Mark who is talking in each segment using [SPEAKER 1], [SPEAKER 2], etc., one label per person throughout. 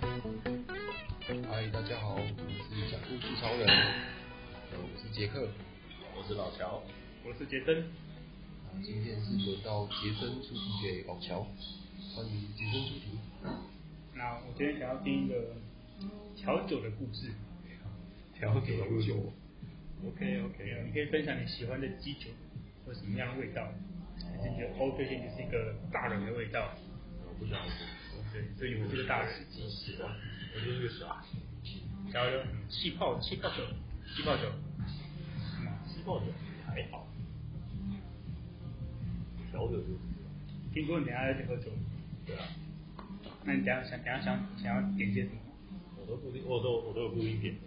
[SPEAKER 1] 嗨，大家好，我是讲故事超人，呃我是杰克，
[SPEAKER 2] 我是老乔，
[SPEAKER 3] 我是杰森。
[SPEAKER 1] 那今天是轮到杰森出题给老乔，欢迎杰森出题。
[SPEAKER 3] 那我今天想要听一个调酒的故事。
[SPEAKER 2] 调酒的故事
[SPEAKER 1] 调酒
[SPEAKER 2] OK
[SPEAKER 3] 对
[SPEAKER 2] OK，
[SPEAKER 3] 你可以分享你喜欢的基酒有什么样的味道，还是你的 O 推荐就是一个大人的味道？
[SPEAKER 2] 嗯我不喜欢喝，
[SPEAKER 3] 对，所以我就是大人。
[SPEAKER 2] 鸡屎啊，我就是个傻。
[SPEAKER 3] 然后就嗯气泡气泡酒，气泡酒。
[SPEAKER 2] 吃爆酒还好，调酒嗯就
[SPEAKER 3] 听说你等一下要去喝酒，
[SPEAKER 2] 对啊，
[SPEAKER 3] 那你等一下想等一下想想要点些什么？
[SPEAKER 2] 我都固定，我都我都有固定点的，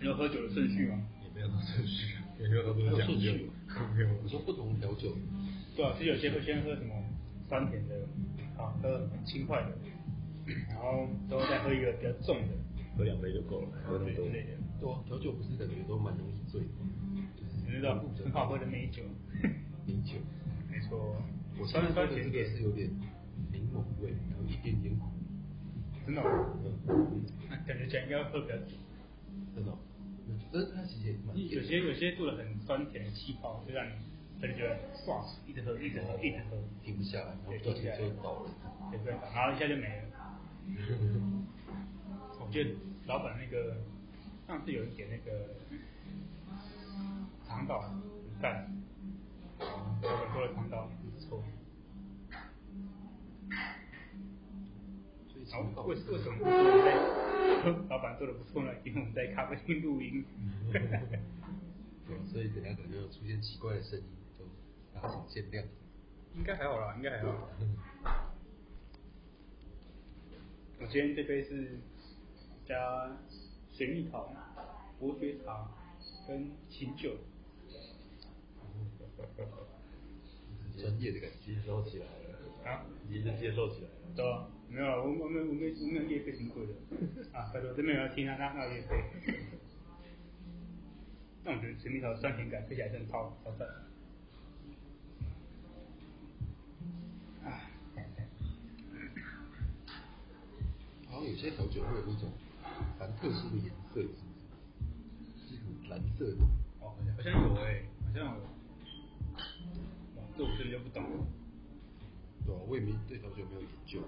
[SPEAKER 3] 你有喝酒的顺序吗？
[SPEAKER 2] 也没有到顺序，也没有到这
[SPEAKER 1] 么
[SPEAKER 2] 么
[SPEAKER 1] 讲
[SPEAKER 2] 讲
[SPEAKER 1] 究
[SPEAKER 2] 究，没有
[SPEAKER 1] 我说不同调酒，
[SPEAKER 3] 对啊，是有些会先喝什么酸甜的，啊，喝很轻快的，然后之后再喝一个比较重的，
[SPEAKER 2] 喝两杯就够了，喝那么多
[SPEAKER 3] 之类的，
[SPEAKER 1] 对啊，调酒不是感觉都蛮容易醉的，
[SPEAKER 3] 你知道很好喝的美酒。
[SPEAKER 1] 美酒。
[SPEAKER 3] 没错，
[SPEAKER 1] 我现在喝
[SPEAKER 3] 酸酸
[SPEAKER 1] 的这
[SPEAKER 3] 甜
[SPEAKER 1] 个
[SPEAKER 3] 甜
[SPEAKER 1] 是有点柠檬味，然后一点点苦，
[SPEAKER 3] 真的哦、
[SPEAKER 1] 嗯，
[SPEAKER 3] 那感觉起来应该喝比较久。
[SPEAKER 1] 真的哦，嗯但是它其实也蛮
[SPEAKER 3] 有
[SPEAKER 1] 甜的，
[SPEAKER 3] 些有些做的很酸甜的气泡，就让你感觉哇，一直喝，一直喝，一直喝，
[SPEAKER 1] 停不下来，然后不小心就倒了。
[SPEAKER 3] 也不办法，然后一下就没了。我觉得老板那个上次有人点那个长岛卤蛋，老板做的长岛不错。
[SPEAKER 1] 所以
[SPEAKER 3] 然后
[SPEAKER 1] 长岛
[SPEAKER 3] 为为什么不说我们在老板做的不错呢？因为我们在咖啡厅录音。
[SPEAKER 1] 对，所以等下可能就出现奇怪的声音，都大家请见谅。
[SPEAKER 3] 应该还好啦，应该还好。我今天这杯是加水蜜桃、伯爵茶跟琴酒，
[SPEAKER 1] 专业的感觉，
[SPEAKER 2] 吸收起来了，
[SPEAKER 3] 啊，
[SPEAKER 2] 已经是接受起来了，
[SPEAKER 3] 对啊，没有啊，我我没有我没有我没有夜配什么鬼的啊，拜托，真没有要听啊，那那夜配。但我觉得水蜜桃酸甜感吃起来真的超超赞。啊，
[SPEAKER 1] 好像有些调酒会有一种蛮特殊的颜色，是不是？就是蓝色的，
[SPEAKER 3] 哦，好像有哎、好像有。哇，这我真的就不懂了。
[SPEAKER 1] 对啊吧、我也没对调酒没有研究，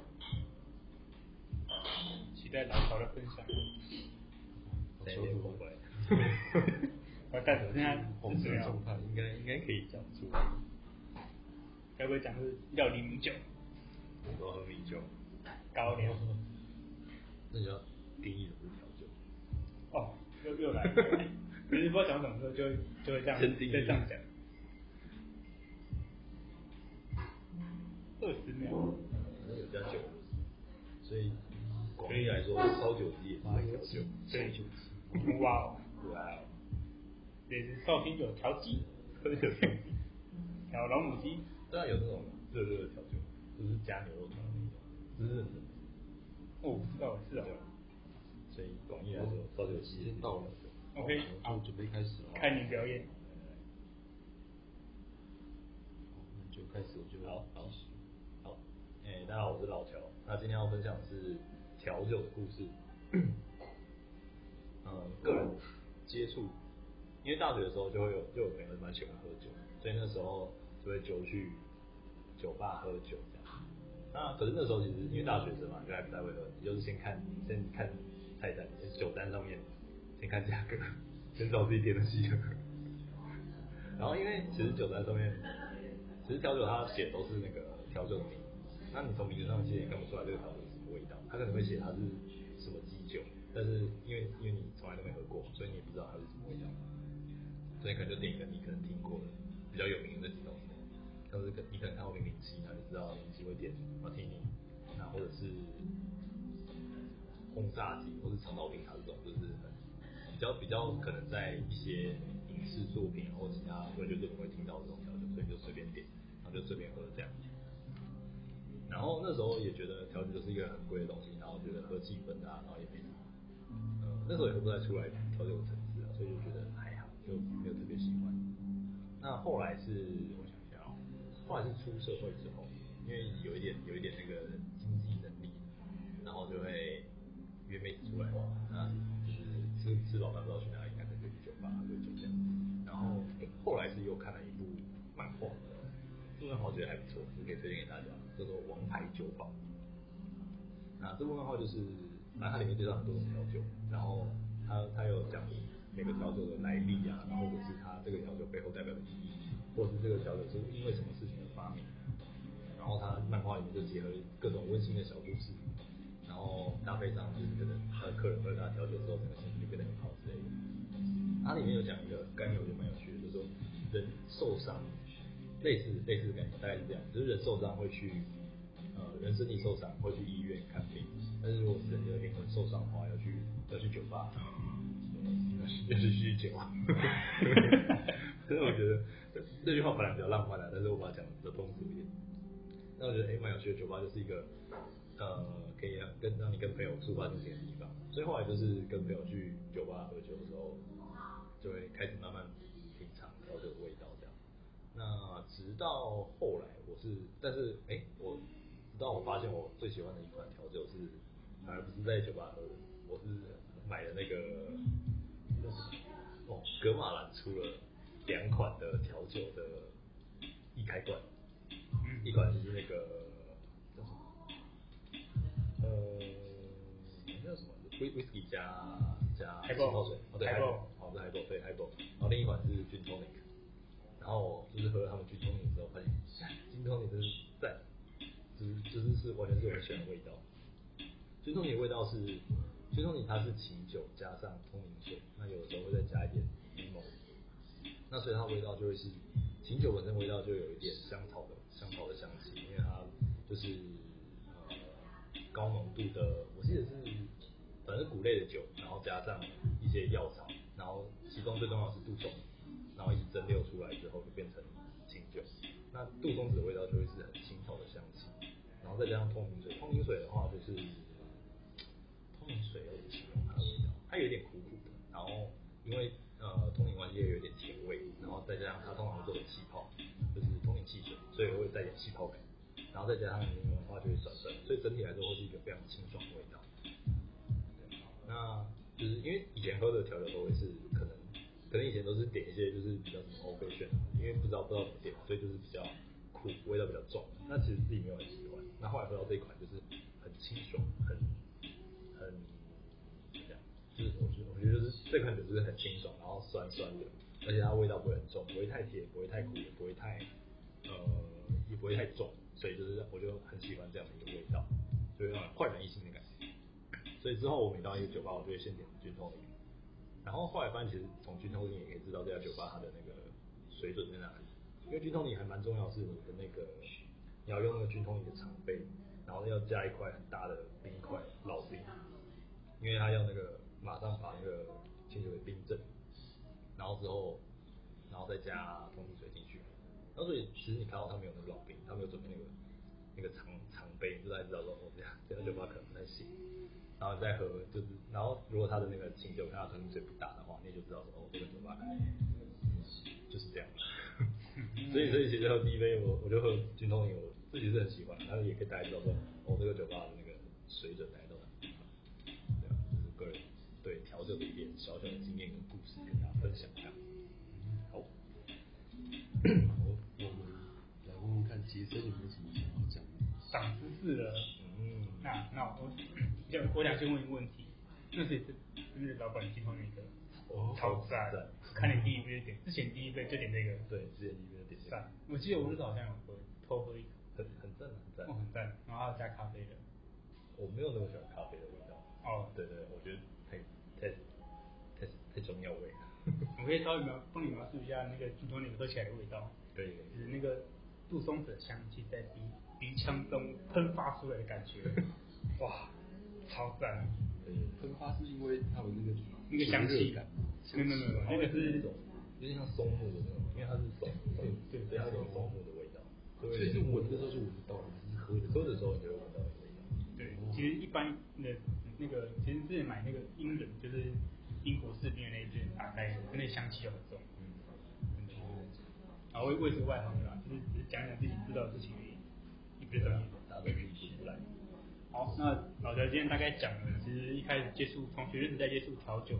[SPEAKER 3] 期待老乔的分享。
[SPEAKER 2] 再也不 回来。
[SPEAKER 3] 我要带走，现在
[SPEAKER 1] 红
[SPEAKER 3] 是
[SPEAKER 1] 色
[SPEAKER 3] 怎么样？
[SPEAKER 1] 状态应该应该可以讲出来。
[SPEAKER 3] 该不会讲是料理米酒、
[SPEAKER 2] 我都喝米酒，
[SPEAKER 3] 高粱？
[SPEAKER 2] 那你要定义什么是调酒？
[SPEAKER 3] 哦，又又来，可是不知道讲什么时候就就会这样，
[SPEAKER 2] 真定义
[SPEAKER 3] 就这样讲。二十秒，
[SPEAKER 2] 反正有加酒，所以广义来说，烧酒鸡也是调酒。
[SPEAKER 3] 对，哇哦，
[SPEAKER 2] 哇哦，
[SPEAKER 3] 这是绍兴酒调鸡，调老母鸡，
[SPEAKER 2] 当然有那种热热的调酒，就是加牛肉汤那种，这是很
[SPEAKER 3] 哦，我不知道是啊。
[SPEAKER 2] 所以广义来说，烧酒
[SPEAKER 1] 时
[SPEAKER 2] 鸡
[SPEAKER 1] 间到了
[SPEAKER 3] ，OK，
[SPEAKER 1] 好，
[SPEAKER 3] 好
[SPEAKER 1] 就准备开始了。
[SPEAKER 3] 看你表演，
[SPEAKER 1] 好，那就开始，我就
[SPEAKER 2] 好好好，哎、大家好，我是老乔。那今天要分享的是调酒的故事。嗯，个人接触，因为大学的时候就会有就有朋友蛮喜欢喝酒，所以那时候就会就去酒吧喝酒这样。那可是那时候其实因为大学生嘛，就还不太会喝，你就是先看先看菜单，酒单上面先看价格， 先找自己点的西喝。然后因为其实酒单上面，其实调酒它写的都是那个调酒的名，那你从名字上其实也看不出来这个调酒是什么味道，它可能会写它是什么基酒，但是因为因为你从来都没喝过，所以你也不知道它是什么味道，所以可能就点一个你可能听过的比较有名的那几种什么，像是可你可能看过零零七，那就知道零零七会点 martini，那或者是轰炸机或是长岛冰茶这种，就是很比较比较可能在一些影视作品或其他文学作品会听到这种调酒，所以就随便点，然后就随便喝这样。然后那时候也觉得调酒就是一个很贵的东西，然后觉得喝气氛啊，然后也没什么，哎呃，那时候也喝不太出来调酒的层次啊，所以就觉得还好，就没有特别喜欢。后来是我想一下哦，后来是出社会之后，因为有一点有一点那个经济能力，然后就会约妹子出来玩，那就是吃吃饱饭不知道去哪里，干脆就去酒吧喝酒这样。然后、诶后来是又看了一部漫画，这部漫画我觉得还不错，就可以推荐给大家，叫做《王牌酒保》。那这部漫画就是，反正它里面介绍很多种调酒，然后它它有讲每个调酒的来历啊，然后或者是它这个调酒背后代表的意义，或者是这个调酒是因为什么事情而发明。然后它漫画里面就结合各种温馨的小故事，然后搭配上就是可能他的客人喝他的调酒之后，整个心情就变得很好之类的。它里面有讲一个概念，我觉得蛮有趣的，就是说人受伤，类似类似的概念，大概是这样，就是人受伤会去呃人身体受伤会去医院看病，但是如果人的灵魂受伤的话，要去要去酒吧，要去要去酗酒。 所以我觉得这这句话本来比较浪漫的，但是我把它讲的通俗一点。那我觉得哎蛮有趣的，酒吧就是一个呃可以让跟让你跟朋友抒发心情的地方。所以后来就是跟朋友去酒吧喝酒的时候，就会开始慢慢品尝调酒的味道这样。那直到后来，我是，但是哎、我直到我发现我最喜欢的一款调酒是，反而不是在酒吧喝的，我是买的那个，那是哦，格马兰出了两款的调酒的易开罐，
[SPEAKER 3] 嗯
[SPEAKER 2] 一款就是那个叫什么？呃，那叫什么？Whi whisky 加加
[SPEAKER 3] Highball
[SPEAKER 2] 气泡水，哦对
[SPEAKER 3] Highball
[SPEAKER 2] 哦是 highball 对 highball，然后另一款是 gin tonic，然后就是喝他们 gin tonic 的时候发现干，gin tonic 真是赞，就是就是是完全是我喜欢的味道。gin tonic 的味道是 gin tonic 它是清酒加上通灵水，那有的时候会再加一点柠檬，那所以它味道就会是琴酒本身味道就有一点香草的香草的香气，因为它就是呃高浓度的，我记得是反正谷类的酒，然后加上一些药草，然后其中最重要的是杜松，然后一直蒸馏出来之后就变成琴酒。那杜松子的味道就会是很青草的香气，然后再加上通灵水，通灵水的话就是通灵水有点形容它的味道，它有点苦苦的，然后因为呃通灵丸也有点甜味，然后再加上它通常会做成气泡，就是通灵汽水，所以会带点气泡感，然后再加上柠檬的话就会酸酸，所以整体来说会是一个非常清爽的味道。对那就是因为以前喝的调酒都会是可能，可能以前都是点一些就是比较什么欧菲选，因为不知道不知道怎么点，所以就是比较苦，味道比较重。那其实自己没有很喜欢。那后来喝到这一款就是很清爽，很很怎么讲？就是我觉得我觉得就是这款酒就是很清爽，然后酸酸的，而且它味道不会很重，不会太甜，不会太苦，也不会太呃也不会太重，所以就是我就很喜欢这样的一个味道，就会让人焕然一新的感觉。所以之后我每到一个酒吧，我就会先点军通灵。然后后来发现，其实从军通灵也可以知道这家酒吧它的那个水准在哪里。因为军通灵还蛮重要，是你的那个你要用那个军通灵的长杯，然后要加一块很大的冰块老冰，因为它要那个马上把那个清酒给冰镇，然后之后然后再加通灵水进去。然后所以其实你看到他们有那个老冰，他们有准备那个那个长长杯，你就大概知道说哦，这样这样酒吧可能不太行。然后你再喝，就是然后如果他的那个清酒跟他的纯水不搭的话，你也就知道说哦，这个酒吧可能
[SPEAKER 3] 嗯
[SPEAKER 2] 就是这样。所以所以其实喝第一杯我我就喝军通饮，我自己是很喜欢，但是也可以大家知道说哦，这个酒吧的那个水准大概到哪里。对啊，这是个人对调酒的一点小小的经验跟故事跟大家分享一下。好。
[SPEAKER 1] 我我们来问问看，杰森有没有什么想要讲的？
[SPEAKER 3] 长知识了。
[SPEAKER 2] 嗯，
[SPEAKER 3] 那那我我想我想先问一个问题，那谁是就是老板提供你的
[SPEAKER 2] 哦
[SPEAKER 3] 超赞
[SPEAKER 2] 赞！
[SPEAKER 3] 看你第一杯就点，之前第一杯就点这个
[SPEAKER 2] 对，之前你没有点赞
[SPEAKER 3] 赞，。我记得我那时候好像有喝偷喝一口，
[SPEAKER 2] 很很赞很赞
[SPEAKER 3] 哦。很赞，然后还有加咖啡的。
[SPEAKER 2] 我没有那么喜欢咖啡的味道。
[SPEAKER 3] 哦，
[SPEAKER 2] 对对，我觉得太太太太中药味 了。
[SPEAKER 3] 我可以稍微描帮你描述一下那个猪头你喝起来的味道，
[SPEAKER 2] 可以
[SPEAKER 3] 就是那个杜松子的香气在鼻鼻腔中喷发出来的感觉， 哇，超赞！
[SPEAKER 2] 可以，
[SPEAKER 1] 喷发是因为它有那个
[SPEAKER 3] 那个香
[SPEAKER 1] 灼
[SPEAKER 3] 气
[SPEAKER 1] 热感，，
[SPEAKER 3] 没有没有没有，那个
[SPEAKER 2] 那
[SPEAKER 3] 是
[SPEAKER 2] 种有点像松木的那种，因为它是松，
[SPEAKER 3] 对对
[SPEAKER 2] 所以它有种松木的味道。
[SPEAKER 1] 所以是闻的时候就闻不到，还是喝的时
[SPEAKER 2] 喝
[SPEAKER 1] 候
[SPEAKER 2] 的时候你就会闻到那个味道。
[SPEAKER 3] 对，其实一般的那个，其实之前买那个英伦，就是
[SPEAKER 2] 嗯
[SPEAKER 3] 英国士兵的那一件打开，那香气就很重，真的。啊，我我也是外行的啦，就是只是讲讲自己知道的事情而已，你别专业，
[SPEAKER 2] 大家都理解不来。
[SPEAKER 3] 好，那老乔今天大概讲了，其实一开始接触从学生时代接触调酒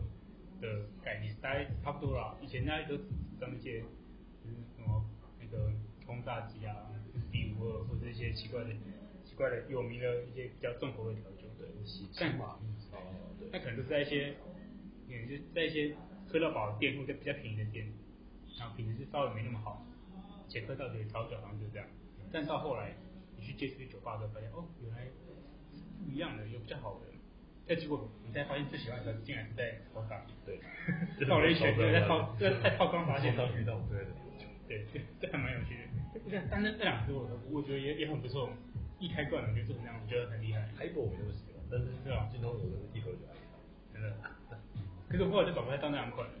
[SPEAKER 3] 的概念，大概差不多啦。以前大家都只讲一些，就是什么那个轰炸机啊、B 五二或者一些奇怪的、奇怪的有名的一些比较重口味的调酒，
[SPEAKER 2] 对，喜剧
[SPEAKER 3] 但
[SPEAKER 2] 嘛，哦，
[SPEAKER 3] 那
[SPEAKER 2] 对，
[SPEAKER 3] 可能都是在一些，可能就是在一些喝到饱的店或者比较便宜的店，然后品质是稍微没那么好，且喝到酒调酒好像就这样。但到后来你去接触酒吧的时候，发现哦，原来不一样的，有比较好的。但结果你才发现最喜欢的竟然是在操场，
[SPEAKER 2] 对，
[SPEAKER 3] 绕了一圈，在套在在套缸发现
[SPEAKER 2] 到遇到对的，
[SPEAKER 3] 对，这这还蛮有趣的。这但是这两支我我觉得也也很不错，一开罐我就做成那样，我觉得很厉害，
[SPEAKER 2] 海博我没那么喜欢，但是金通有的一口就爱上。
[SPEAKER 3] 真的。可是我后来就找不太到那两款了。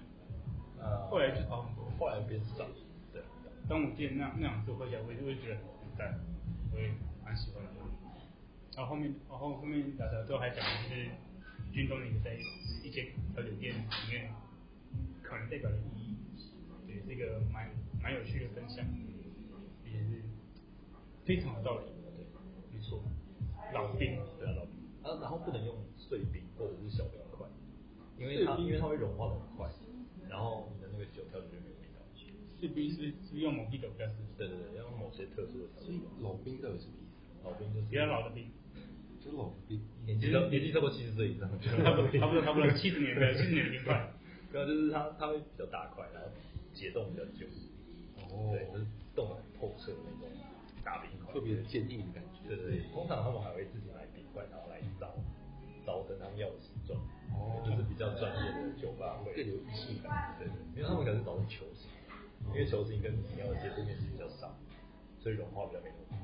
[SPEAKER 2] 呃，
[SPEAKER 3] 后来就跑很多
[SPEAKER 2] 后来变少，对，
[SPEAKER 3] 端午节那那两次喝起来，我也我也觉得很赞，我也蛮喜欢的。然后后面，然后后面大家都还讲，就是军中的一个在一间调酒店里面可能代表的意义，对，是一个蛮蛮有趣的分享，也是非常有道理。对，没错，老兵，
[SPEAKER 2] 对啊，老兵，然后然后不能用碎冰或者是小冰块，因为它
[SPEAKER 3] 碎冰
[SPEAKER 2] 因为它会融化的很快，然后你的那个酒调酒就没有味道。
[SPEAKER 3] 士兵是是不是用某一种比较适合，
[SPEAKER 2] 对对对，要用某些特殊的调
[SPEAKER 1] 所以
[SPEAKER 2] 酒。
[SPEAKER 1] 老兵到底什么意
[SPEAKER 2] 老兵就是
[SPEAKER 3] 比较老的兵，
[SPEAKER 1] 思？就老兵，
[SPEAKER 2] 年纪超年纪超过七十岁以上，就
[SPEAKER 3] 差
[SPEAKER 2] 是
[SPEAKER 3] 不
[SPEAKER 2] 老
[SPEAKER 3] 多
[SPEAKER 2] 兵
[SPEAKER 3] 差不多差不多七十年的七十年的兵块。
[SPEAKER 2] 没有，就是它它会比较大块，然后解冻比较久。
[SPEAKER 1] 哦
[SPEAKER 2] 对，就是冻得很透彻的那种大冰块。
[SPEAKER 1] 特别有坚硬的感觉。
[SPEAKER 2] 对对对，通常他们还会自己买冰块，然后来凿凿成他们要的形状。
[SPEAKER 1] 哦
[SPEAKER 2] 就是比较专业的酒吧会
[SPEAKER 1] 更有仪式感
[SPEAKER 2] 对对，因为他们可能是凿成球形，因为球形跟饮料的接触面积比较少，所以融化比较没那么快。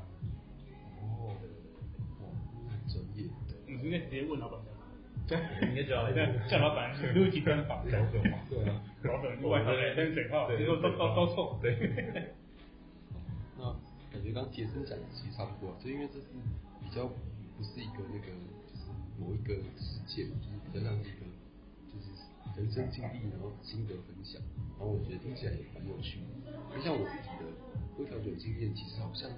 [SPEAKER 1] 哦，
[SPEAKER 2] 对对对对
[SPEAKER 1] 哇，很专业。
[SPEAKER 3] 我们应该直接问老板
[SPEAKER 2] 对，应该知道哎
[SPEAKER 3] 对，叫老板录几专访，
[SPEAKER 2] 搞酒嘛，
[SPEAKER 1] 对啊。
[SPEAKER 3] 老板外行人但是嘴炮，
[SPEAKER 2] 对，
[SPEAKER 3] 最后都都都错。
[SPEAKER 2] 对，
[SPEAKER 1] 那感觉刚刚杰森讲的其实差不多啊，就因为这是比较不是一个那个就是某一个事件，就是比较像是一个就是人生经历，然后心得分享，然后我觉得听起来也蛮有趣的。就像我自己的喝调酒经验，其实好像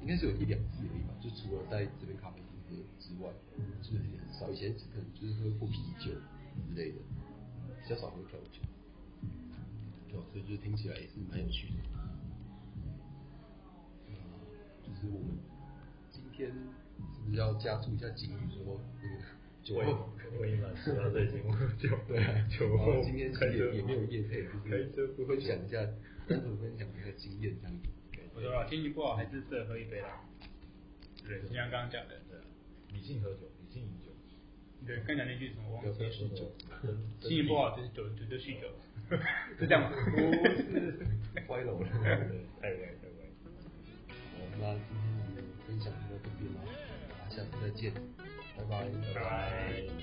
[SPEAKER 1] 应该是有一两次而已吧，就除了在这边咖啡厅喝之外，就是也很少。以前可能就是喝过啤酒之类的，比较少喝调酒。对啊，所以就是听起来也是蛮有趣的。嗯
[SPEAKER 2] 嗯
[SPEAKER 1] 就是我们今天是不是要加速一下警语，说那个酒
[SPEAKER 2] 我也
[SPEAKER 1] 后？
[SPEAKER 2] 我也满十八岁已经喝酒，
[SPEAKER 1] 对啊，
[SPEAKER 2] 哦酒
[SPEAKER 1] 然
[SPEAKER 2] 后
[SPEAKER 1] 后今天
[SPEAKER 2] 开
[SPEAKER 1] 其实
[SPEAKER 2] 车
[SPEAKER 1] 也也没有业配，就是
[SPEAKER 2] 开车不喝
[SPEAKER 1] 分
[SPEAKER 2] 酒
[SPEAKER 1] 享一下，单纯分享一下经验这样 子。
[SPEAKER 3] 我说了，心情不好还是适合喝一杯啦。对，就像刚刚讲的，
[SPEAKER 2] 对啊，理性喝酒，理性饮酒。
[SPEAKER 3] 对，刚讲那句什么忘
[SPEAKER 1] 不要
[SPEAKER 3] 记
[SPEAKER 1] 喝
[SPEAKER 3] 了，
[SPEAKER 1] 酗酒，
[SPEAKER 3] 心情不好就是酒酒就酗酒，是这样吗？
[SPEAKER 1] 歪楼了。
[SPEAKER 2] 对，太歪太歪。
[SPEAKER 1] 好，那今天我们的分享就到这边了，大家下次再见，拜拜，
[SPEAKER 2] 拜拜。